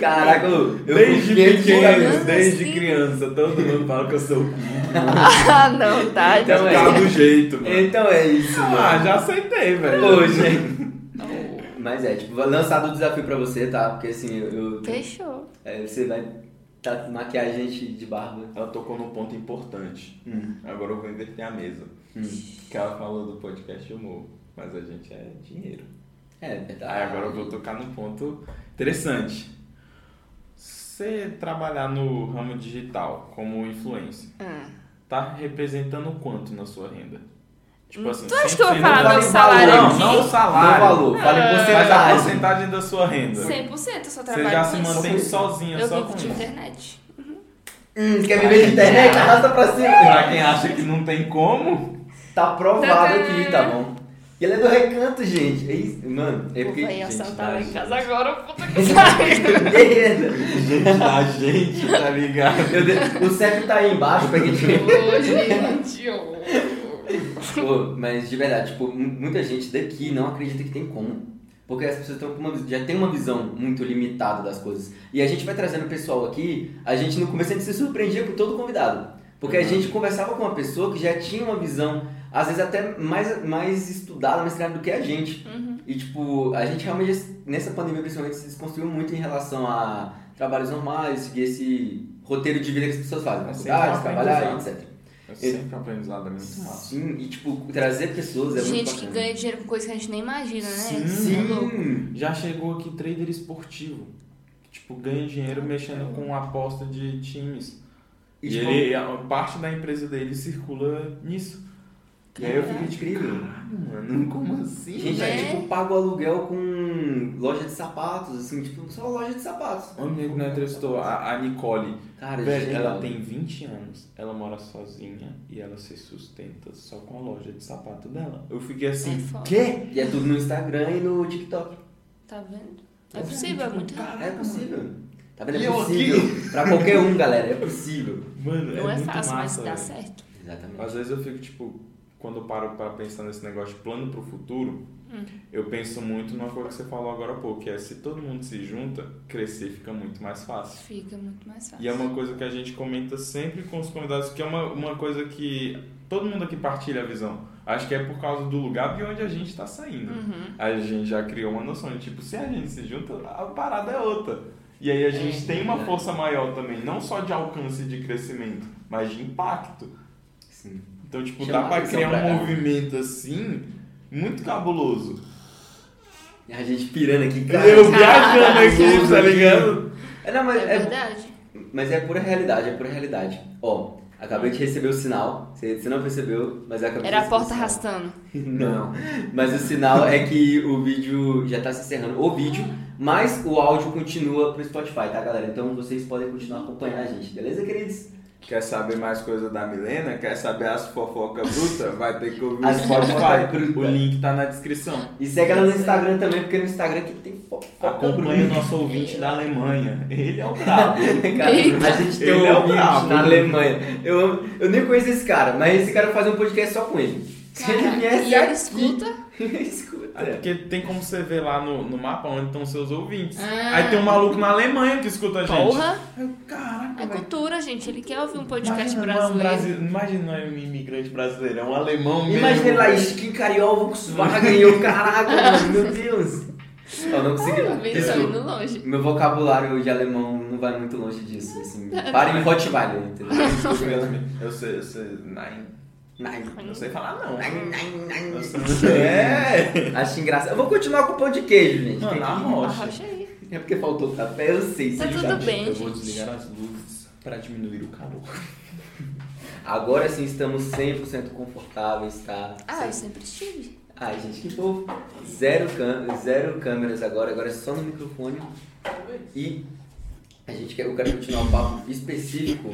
Caraca, eu
Desde
fiquei
pequeno,
anos,
desde
sim.
criança, todo mundo fala que eu sou pink.
Ah, não, tá.
Então
Então
é.
é. do jeito, mano.
Então é isso,
Ah,
mano.
já aceitei, velho.
Hoje. Mas é, tipo, lançado o desafio pra você, tá? Porque assim, eu, eu-
Fechou.
é, você vai tá, maquiar a gente de barba.
Ela tocou num ponto importante. Agora eu vou inverter a mesa. Que ela falou do podcast de humor, mas a gente é dinheiro.
É,
Tá.
verdade.
Aí agora eu vou tocar num ponto interessante. Você trabalhar no ramo digital como influencer,
Ah.
tá representando quanto na sua renda? Tipo assim,
Hum, Tu acha que é eu vou
100%
falar
meu
não vale
salário
valor,
aqui?
Não, não o salário.
Não valor, fala em
Mas a
porcentagem.
porcentagem da sua renda.
100% eu só
Você
trabalho com
já se
isso.
mantém sozinha
Eu
só
vivo
com
de
isso.
internet.
Hum, quer viver de internet? Arrasta pra cima.
Pra quem acha que não tem como,
Tá provado aqui, tá bom? E ela é do recanto, gente. É isso, mano. É
Eu
porque.
vou ir
gente,
assaltar lá
tá,
em
gente.
casa agora, puta que pariu.
Beleza.
gente, a gente, tá ligado?
Meu Deus, o CEP tá aí embaixo pra quem tiver.
Hoje,
Pô, mas de verdade, tipo, mu- muita gente daqui não acredita que tem como. Porque as pessoas estão com uma, vis- já tem uma visão muito limitada das coisas. E a gente vai trazendo o pessoal aqui, a gente no começo a gente se surpreendia com todo convidado. Porque a gente conversava com uma pessoa que já tinha uma visão, às vezes até mais, mais estudada, mais treinada do que a gente. E tipo, a gente realmente, nessa pandemia principalmente, se desconstruiu muito em relação a trabalhos normais, seguir esse roteiro de vida que as pessoas fazem.
Assim,
Faculdade,
tá
trabalhar,
aprendizado.
etc.
Eu sempre aprendizado é muito massa.
Sim, e tipo, trazer pessoas é muito
Gente que
bacana.
ganha dinheiro com coisa que a gente nem imagina, né?
Sim.
Isso é louco.
Sim.
Já chegou aqui trader esportivo. que, Tipo, ganha dinheiro mexendo com aposta de times.
E,
E,
tipo,
ele, a parte da empresa dele circula nisso. E aí eu fiquei tipo,
Incrível.
"Caralho, mano, como assim?
Gente,
né?
é tipo, pago aluguel com loja de sapatos, assim, tipo, só loja de sapatos.
Um amigo me entrevistou, a, a Nicole.
Cara, é
Velho,
genial.
ela tem 20 anos, ela mora sozinha e ela se sustenta só com a loja de sapato dela. Eu fiquei
É
assim,
foda.
quê?
E é tudo no Instagram e no TikTok.
Tá vendo? É possível, é
tipo,
muito rápido.
É possível. Tá vendo?
E
É
eu
possível. Pra qualquer um, galera, é possível.
Mano,
Não é
muito
fácil, mas
massa,
dá
velho.
certo.
Exatamente.
Às vezes eu fico, tipo, quando eu paro pra pensar nesse negócio de plano pro futuro,
Hum.
eu penso muito numa coisa que você falou agora há pouco, que é se todo mundo se junta, crescer fica muito mais fácil.
Fica muito mais fácil.
E é uma coisa que a gente comenta sempre com os convidados, que é uma, uma coisa que todo mundo aqui partilha a visão. Acho que é por causa do lugar de onde a gente tá saindo.
Uhum.
A gente já criou uma noção de, tipo, se a gente se junta, a parada é outra. E aí a gente tem uma
verdade.
força maior também, não só de alcance e de crescimento, mas de impacto.
Sim.
Então, tipo,
Chama
dá pra
atenção
criar
pra
um
cá.
movimento assim, muito cabuloso.
E a gente pirando aqui, cara.
Eu viajando aqui,
Jesus,
tá
aqui.
ligado?
É, não, mas
É
é,
verdade?
Mas é pura realidade, é pura realidade. Ó, acabei de receber o sinal, você você não percebeu, mas eu acabei de
Era a
receber o
porta
sinal.
arrastando.
Não, mas o sinal é que o vídeo já tá se encerrando, o vídeo, mas o áudio continua pro Spotify, tá galera? Então vocês podem continuar acompanhando a gente, beleza, queridos?
Quer saber mais coisa da Milena? Quer saber as fofocas brutas? Vai ter que ouvir
As fofocas brutas.
O link tá na descrição.
E segue ela no Instagram também, porque no Instagram que tem fofoca.
Acompanhe o nosso ouvinte da Alemanha. Ele é o brabo.
Cara, a gente tem
Ele é
um
o
ouvinte
brabo.
na Alemanha. Eu, amo- eu nem conheço esse cara, mas esse cara faz um podcast só com ele. Se ele
Caraca,
viesse
e ele
aqui-
escuta?
escuta.
É porque tem como você ver lá no, no mapa onde estão seus ouvintes.
Ah.
Aí tem um maluco na Alemanha que escuta a gente.
Porra!
Aí eu, Caraca,
É
velho.
cultura, gente. Ele quer ouvir um podcast
Imagina, não é um
brasileiro.
brasi- Imagina, não é um imigrante brasileiro, é um alemão mesmo.
Imagina lá, skin carioca, Volkswagen, eu caraca, mano, meu Deus. Eu não consegui.
Vindo,
Isso,
indo longe.
meu vocabulário de alemão não vai muito longe disso, assim. Para em Rottweiler, entendeu?
Desculpa, Yasmin. Eu sei, eu sei. Nein.
Nein.
Não sei falar, não.
Nein, nein, nein.
Eu sei- É!
Acho engraçado. Eu vou continuar com o pão de queijo, gente.
Mano, na rocha.
Arrocha aí.
É porque faltou café, eu sei.
Tá
sim,
tudo
já.
bem,
Eu vou
gente.
desligar as luzes pra diminuir o calor.
Agora sim estamos 100% confortáveis, tá?
Ah, eu sempre estive.
Ai, gente, que fofo. Zero, cam zero câmeras agora, agora é só no microfone. E a gente quer, eu quero continuar o papo específico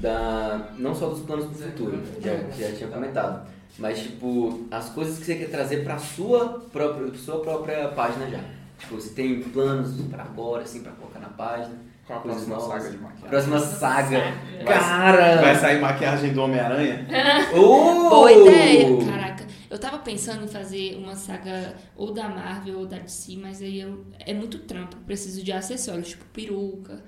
da, não só dos planos pro futuro, que já, que já tinha comentado, mas tipo, as coisas que você quer trazer pra sua própria, sua própria página já. Tipo, você tem planos pra agora, assim, pra colocar na página.
Qual a
coisas
próxima
novas.
saga de maquiagem?
Próxima saga.
Saga.
Vai-
Cara!
Vai sair maquiagem do Homem-Aranha?
Oh!
Boa ideia! Caraca, eu tava pensando em fazer uma saga ou da Marvel ou da DC, mas aí eu, é muito trampo. eu Preciso de acessórios, tipo peruca,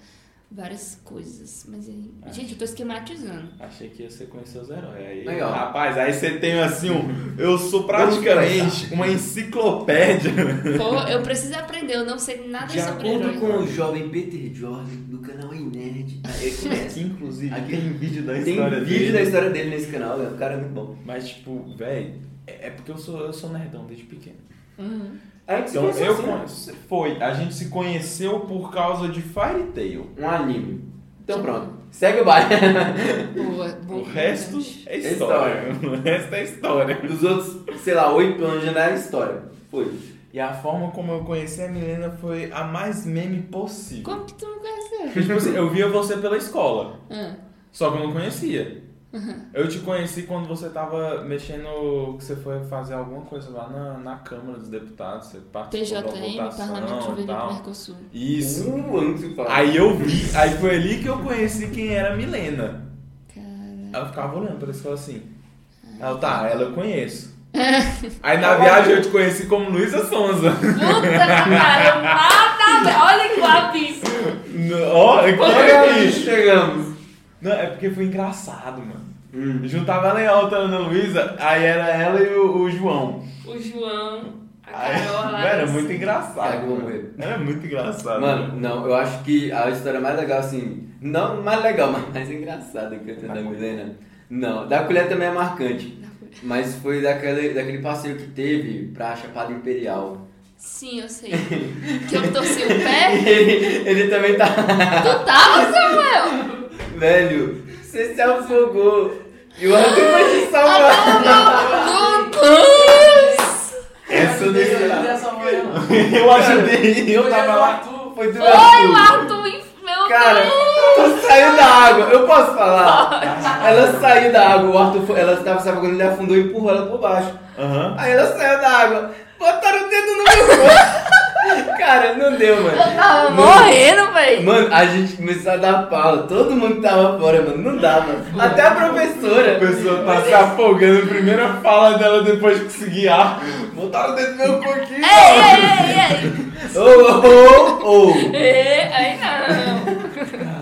várias coisas. Mas aí.
É.
Gente, eu tô esquematizando.
Achei que ia ser conhecer os heróis. Aí,
Aí, ó.
Rapaz, aí você tem assim um. Eu sou praticamente uma enciclopédia.
Pô, eu preciso aprender, eu não sei nada
De
sobre
acordo
herói.
com o jovem Peter Jordan do canal Inerd, aí ele
Que
começa.
inclusive
Aqui-
tem vídeo da
Tem
história
vídeo
dele.
da história dele nesse canal, o cara é muito bom.
Mas tipo, velho, é é porque eu sou, eu sou nerdão desde pequeno.
Uhum.
A gente se
Então
conheceu
eu
assim,
conheci, foi, a gente se conheceu por causa de Fairy Tail.
Um anime. Então pronto, segue o baile.
Boa, boa.
O resto é
É
história. O resto é história.
Dos outros, sei lá, oito anos já era história. Foi.
E a forma como eu conheci a menina foi a mais meme possível.
Como que tu não conheceu?
Porque, tipo assim, eu via você pela escola.
Ah,
Só que eu não conhecia. Eu te conheci quando você tava mexendo, que você foi fazer alguma coisa lá na, na Câmara dos Deputados, você participou da
PJM, Parlamento
votação e
Juvenil do
tal.
Mercosul.
Isso.
Uh, eu não sei falar.
Aí eu vi, aí foi ali que eu conheci quem era a Milena.
Cara.
Aí eu ficava olhando pra escola assim. Ela, tá, ela eu conheço. Aí na viagem eu te conheci como Luísa Sonza.
Puta que pariu, mata! velho. Olha que lápis!
N- Ó, é que
Olha aí,
isso.
chegamos.
Não, é porque foi engraçado, mano.
Hum.
Juntava ela e a outra Ana Luísa, aí era ela e o- o João.
O João, a
Ai,
Carol lá.
mano, era
nesse-
muito engraçado.
Cara, eu vou
mano.
morrer.
Era muito engraçado.
Mano, não, eu acho que a história mais legal, assim, não mais legal, mas mais engraçada que eu tenho da Milena. Não, da colher também é marcante. Mas foi daquele, daquele passeio que teve pra Chapada Imperial.
Sim, eu sei. Que eu torci o pé.
Ele, ele também tá.
Tu tava, Samuel?
Velho, você se afogou. E o Arthur foi te salvar.
Lucas!
essa eu
Deixa eu
nem-
ajudar essa mulher, mano.
Eu ajudei, eu tava lá.
Arthur.
Foi do
Oi,
Arthur.
o Arthur, inf- meu
Cara,
Deus!
tu saiu da água. Eu posso falar? Ela saiu da água. O Arthur, foi- ela tava se afogando, ele afundou e empurrou ela por baixo.
Aham.
Aí ela saiu da água. Botaram o dedo no meu corpo. Cara, não deu, mano.
Tava morrendo, velho.
Mano, a gente começou a dar pau. Todo mundo tava fora, mano. Não dava. Até a professora.
A pessoa tá se afogando, a primeira fala dela depois de conseguir ar. Botaram dentro do meu coquinho.
Ei, ei,
Oh, oh, oh.
ei, ei! Ei, aí não.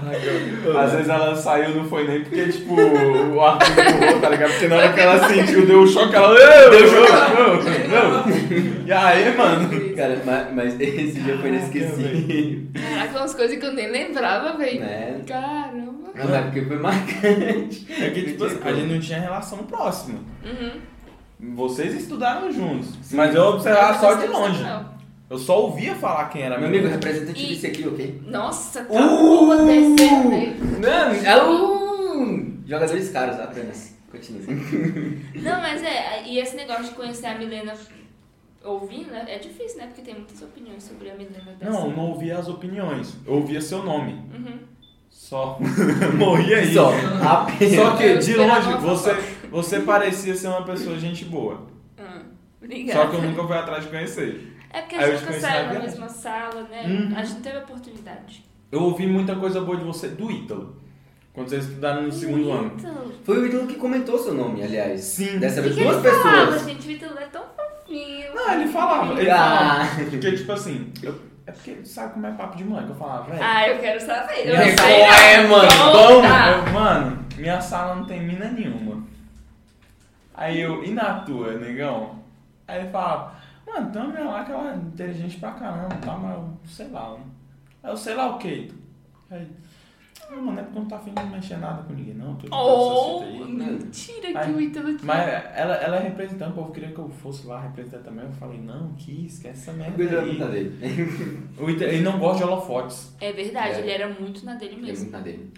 Às vezes ela saiu, não foi nem porque, tipo, o Arthur empurrou, tá ligado? Porque na hora que ela sentiu, deu um choque, ela. Deu choque. Não, não. E aí, mano?
Cara, mas, mas esse dia foi inesquecível.
Caraca, umas coisas que eu nem lembrava, velho.
Né?
Caramba.
Não, mas porque foi marcante.
É que, tipo, assim, a gente não tinha relação próxima.
Uhum.
Vocês estudaram juntos, mas eu observava só de
Não,
longe.
não.
Eu só ouvia falar quem era
Meu amigo, representante
E-
disse aqui, ok?
Nossa, acabou uh! descendo, velho.
Não, é um... Jogadores caros, apenas. Continua.
Não, mas é, e esse negócio de conhecer a Milena ouvindo né, é difícil, né? Porque tem muitas opiniões sobre a Milena dessa.
Não, eu não ouvia as opiniões. Eu ouvia seu nome.
Assim. Uhum.
Só. Morria aí.
Só,
Só,
apenas.
que,
Eu
de
esperava
longe,
uma
você,
fofoca.
você parecia ser uma pessoa gente boa.
Ah,
Só
obrigada.
que eu nunca fui atrás de conhecer.
É porque
Aí
a
eu te
gente nunca
conheci na
saiu na
viagem.
mesma sala, né?
Uhum.
A gente não teve oportunidade.
Eu ouvi muita coisa boa de você, do Ítalo. Quando vocês estudaram no segundo ano.
Então,
Foi o ídolo que comentou seu nome, aliás.
Sim.
Dessa
o
vez,
que, que
duas
ele falava,
pessoas.
gente? O Ítalo é tão fofinho.
Não, ele falava. Ele
Ah.
falava. Porque, tipo assim, eu- é porque sabe como é papo de mãe que eu falava, velho.
Ah, eu quero saber. Eu
Minha
não
sala-
sei.
É, mano,
Conta.
Eu, mano, minha sala não tem mina nenhuma. Aí eu, e na tua, negão? Aí ele falava, mano, tem uma mina lá que ela é inteligente pra caramba, tá, mas eu sei lá. eu- Aí eu sei lá o que. Aí, ah, mano, é porque eu não tá afim de mexer nada com ninguém, não. Tô
Oh,
essas fitas aí."
mentira que
Ai,
o Ítalo é aqui.
Mas ela, ela é representante, o povo queria que eu fosse lá representar também. Eu falei, não, que esquece essa merda
Cuidado da
aí.
dele.
O Ita- Ele não gosta de holofotes.
É verdade,
É.
ele era muito na dele
Tem
mesmo.
muito na dele.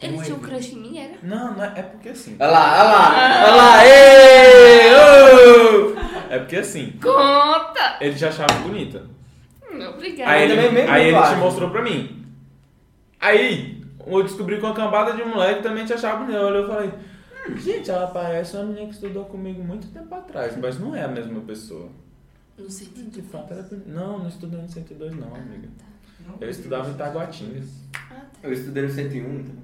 Ele
Não é
tinha um
ele.
crush em mim, era?
Não, não é, é porque assim.
Olha lá, olha lá, olha lá, ê! ô!
É porque assim,
Conta!
ele já achava bonita.
Hum, Obrigada.
Aí
também
ele,
mesmo,
aí ele te
claro.
mostrou pra mim. Aí eu descobri que uma cambada de moleque também te achava bonita. Eu olhei e falei, "Hum, gente, ela parece uma menina que estudou comigo muito tempo atrás, mas não é a mesma pessoa.
No sentido.
De fato, ela é bonita. Não, não estudei no 102 não, amiga.
Tá.
Eu estudava em Itaguatinga.
Ah, tá.
Eu estudei no 101, então.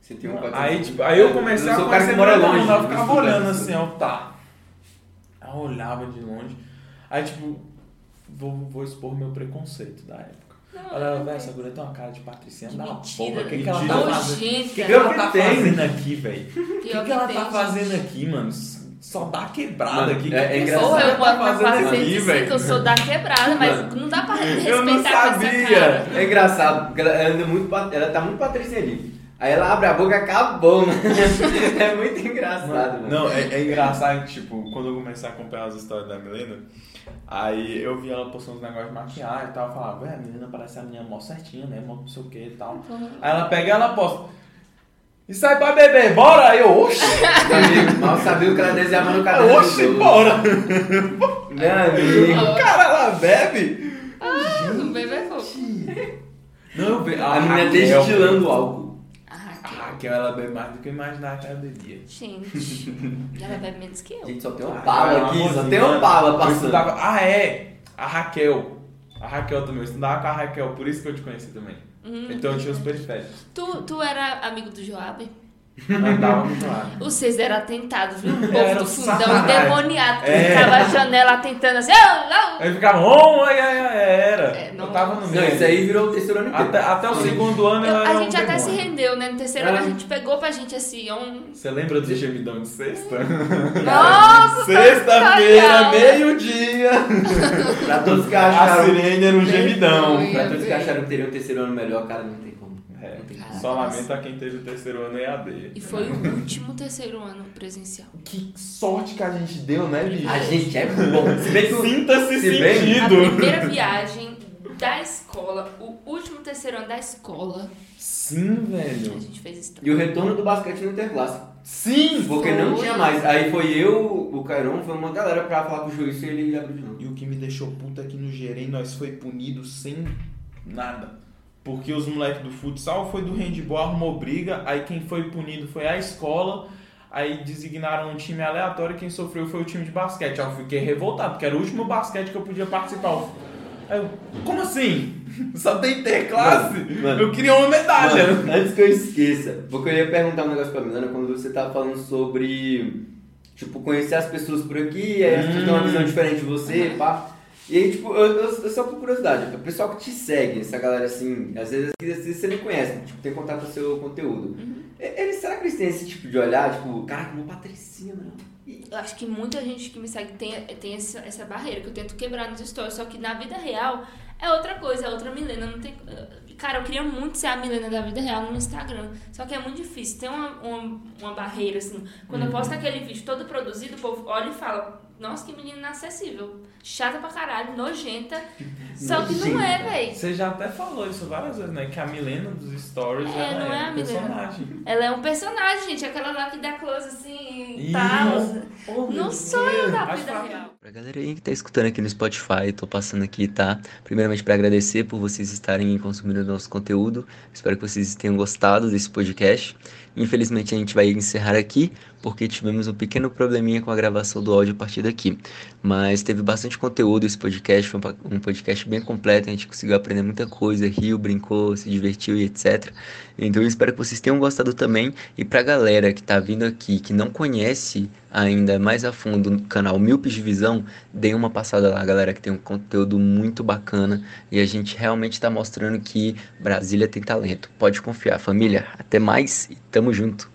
101, 401.
Aí, tipo, aí eu
assim.
comecei
eu
a
sou o cara que
conhecer
mora
meu
longe.
irmão, eu
eu
ficava
estudo
olhando
essas
assim, ó, tá. Aí eu olhava de longe. Aí, tipo, vou, vou expor meu preconceito da época.
Não,
Olha,
não
velho,
sei.
essa guria tem é uma cara de patricinha
Que
da
mentira.
porra. O que, que ela tá
Mentira.
fazendo? O que, que
Nojenta.
ela tá
Tem.
fazendo aqui, velho? O
Pior
que, que ela
tem,
tá
gente.
fazendo aqui, mano? Só dá quebrada
Mano,
aqui.
é-
que
é
que
engraçado.
Ou
essa
eu
guria tá
posso passar
fazendo
aqui, velho?
105, eu sou da quebrada, mas
Mano,
não dá pra
Eu
respeitar
não
com essa cara.
sabia.
É engraçado, porque ela, anda muito, pat- ela tá muito Patrícia ali. Aí ela abre a boca e acabou, mano. É muito engraçado, mano.
Não, é, é engraçado que, tipo, quando eu comecei a acompanhar as histórias da Milena, aí eu vi ela postando uns negócios de maquiagem e tal, eu falava, velho, a Milena parece a minha mó certinha, né, mó não sei o que e tal. Aí ela pega e ela posta, e sai pra beber, bora! Aí eu, oxe,
Amigo, mal sabia o que ela desenhava no
eu,
caderno.
oxe,
do-
bora!
Meu amigo.
Cara, ela bebe!
Não bebe é fofo.
Não, eu vejo,
A menina
Raquel-
destilando o álcool.
A
A
Raquel,
Raquel, ela bebe mais do que eu imaginava que ela bebia.
Ah, gente. E ela bebe menos que eu.
Gente, só tem uma
Ah,
bala aqui,
amorzinho,
só tem uma
né?
bala
Eu
passando.
estudava, ah, é, a Raquel. A Raquel também, eu estudava com a Raquel, por isso que eu te conheci também.
Hum.
Então eu tinha os periféricos.
Tu, tu era amigo do Joab?
Andava muito lá.
O César era atentado, viu? O povo
Era
do
um
fundão
satanás.
endemoniado, que
É.
ficava a janela atentando assim. "Ah, lá, lá".
Aí ficava, oh, ai, ai, ai", era.
É, não-
eu tava no meio.
Não, isso aí virou o terceiro ano inteiro.
Até, até o segundo ano
Eu-
ela
a
era um
gente até se
demônio.
rendeu, né? No terceiro ano a
É.
gente pegou pra gente assim, um.
Você lembra do gemidão de sexta?
Hum. Nossa!
Sexta-feira,
Raquel.
meio-dia.
Pra todos que
A
acharam.
sirene era um
Meu
gemidão.
Pra todos que
Deus.
acharam que teriam um terceiro ano melhor, cara, não tem como.
É,
Não tem como.
só lamento a quem teve o terceiro ano EAD.
E foi o último terceiro ano presencial.
Que sorte que a gente deu, né, bicho?
A gente é bom. Se bem que o-
Sinta-se
Se bem-
A
sentido.
primeira viagem da escola, o último terceiro ano da escola,
Sim,
a
velho.
gente fez isso.
E o retorno do basquete no Interclasse.
Sim!
Porque não
Foi.
tinha mais. Aí foi eu, o Cairon, foi uma galera pra falar com o juiz e ele abriu de novo.
E o que me deixou puta é que no Gerém nós foi punido sem nada. Porque os moleques do futsal foi do handball, arrumou briga, aí quem foi punido foi a escola, aí designaram um time aleatório e quem sofreu foi o time de basquete. Aí eu fiquei revoltado, porque era o último basquete que eu podia participar. Aí eu, como assim? Só tem ter classe?
Mano, mano.
eu queria uma medalha.
Mano, antes que eu esqueça, porque eu ia perguntar um negócio pra Milana quando você tava falando sobre, tipo, conhecer as pessoas por aqui, aí as pessoas têm uma
Hum.
visão diferente de você, pá. E aí, tipo, eu, eu- eu só por curiosidade, o pessoal que te segue, essa galera assim, às vezes, às vezes você nem conhece, tipo, tem contato com o seu conteúdo.
Uhum.
E- Eles, será que eles têm esse tipo de olhar, tipo, caraca, uma patricinha, mano?
Eu acho que muita gente que me segue tem, tem essa, essa barreira que eu tento quebrar nos stories. Só que na vida real é outra coisa, é outra Milena. Não tem, cara, eu queria muito ser a Milena da vida real no Instagram. Só que é muito difícil. Tem uma, uma, uma barreira, assim. Quando eu
Uhum.
posto aquele vídeo todo produzido, o povo olha e fala: Nossa, que menina inacessível. Chata pra caralho, nojenta. Só que não é,
Nojenta.
véi.
Você já até falou isso várias vezes, né? Que a Milena dos stories
É,
ela
não é a
um
Milena.
personagem.
Ela é um personagem, gente. Aquela lá que dá close assim
Ih,
e tal.
oh, meu
Não sou eu
Deus.
da
Acho
vida
que ela-
real.
Pra galera aí que tá escutando aqui no Spotify, tô passando aqui, tá? Primeiramente pra agradecer por vocês estarem consumindo o nosso conteúdo. Espero que vocês tenham gostado desse podcast. Infelizmente a gente vai encerrar aqui, porque tivemos um pequeno probleminha com a gravação do áudio a partir daqui. Mas teve bastante conteúdo esse podcast, foi um pa- um podcast bem completo, a gente conseguiu aprender muita coisa, riu, brincou, se divertiu e etc. Então eu espero que vocês tenham gostado também. E pra galera que tá vindo aqui, que não conhece ainda mais a fundo o canal Milpes de Visão, deem uma passada lá, galera, que tem um conteúdo muito bacana e a gente realmente tá mostrando que Brasília tem talento. Pode confiar, família. Até mais e tamo junto.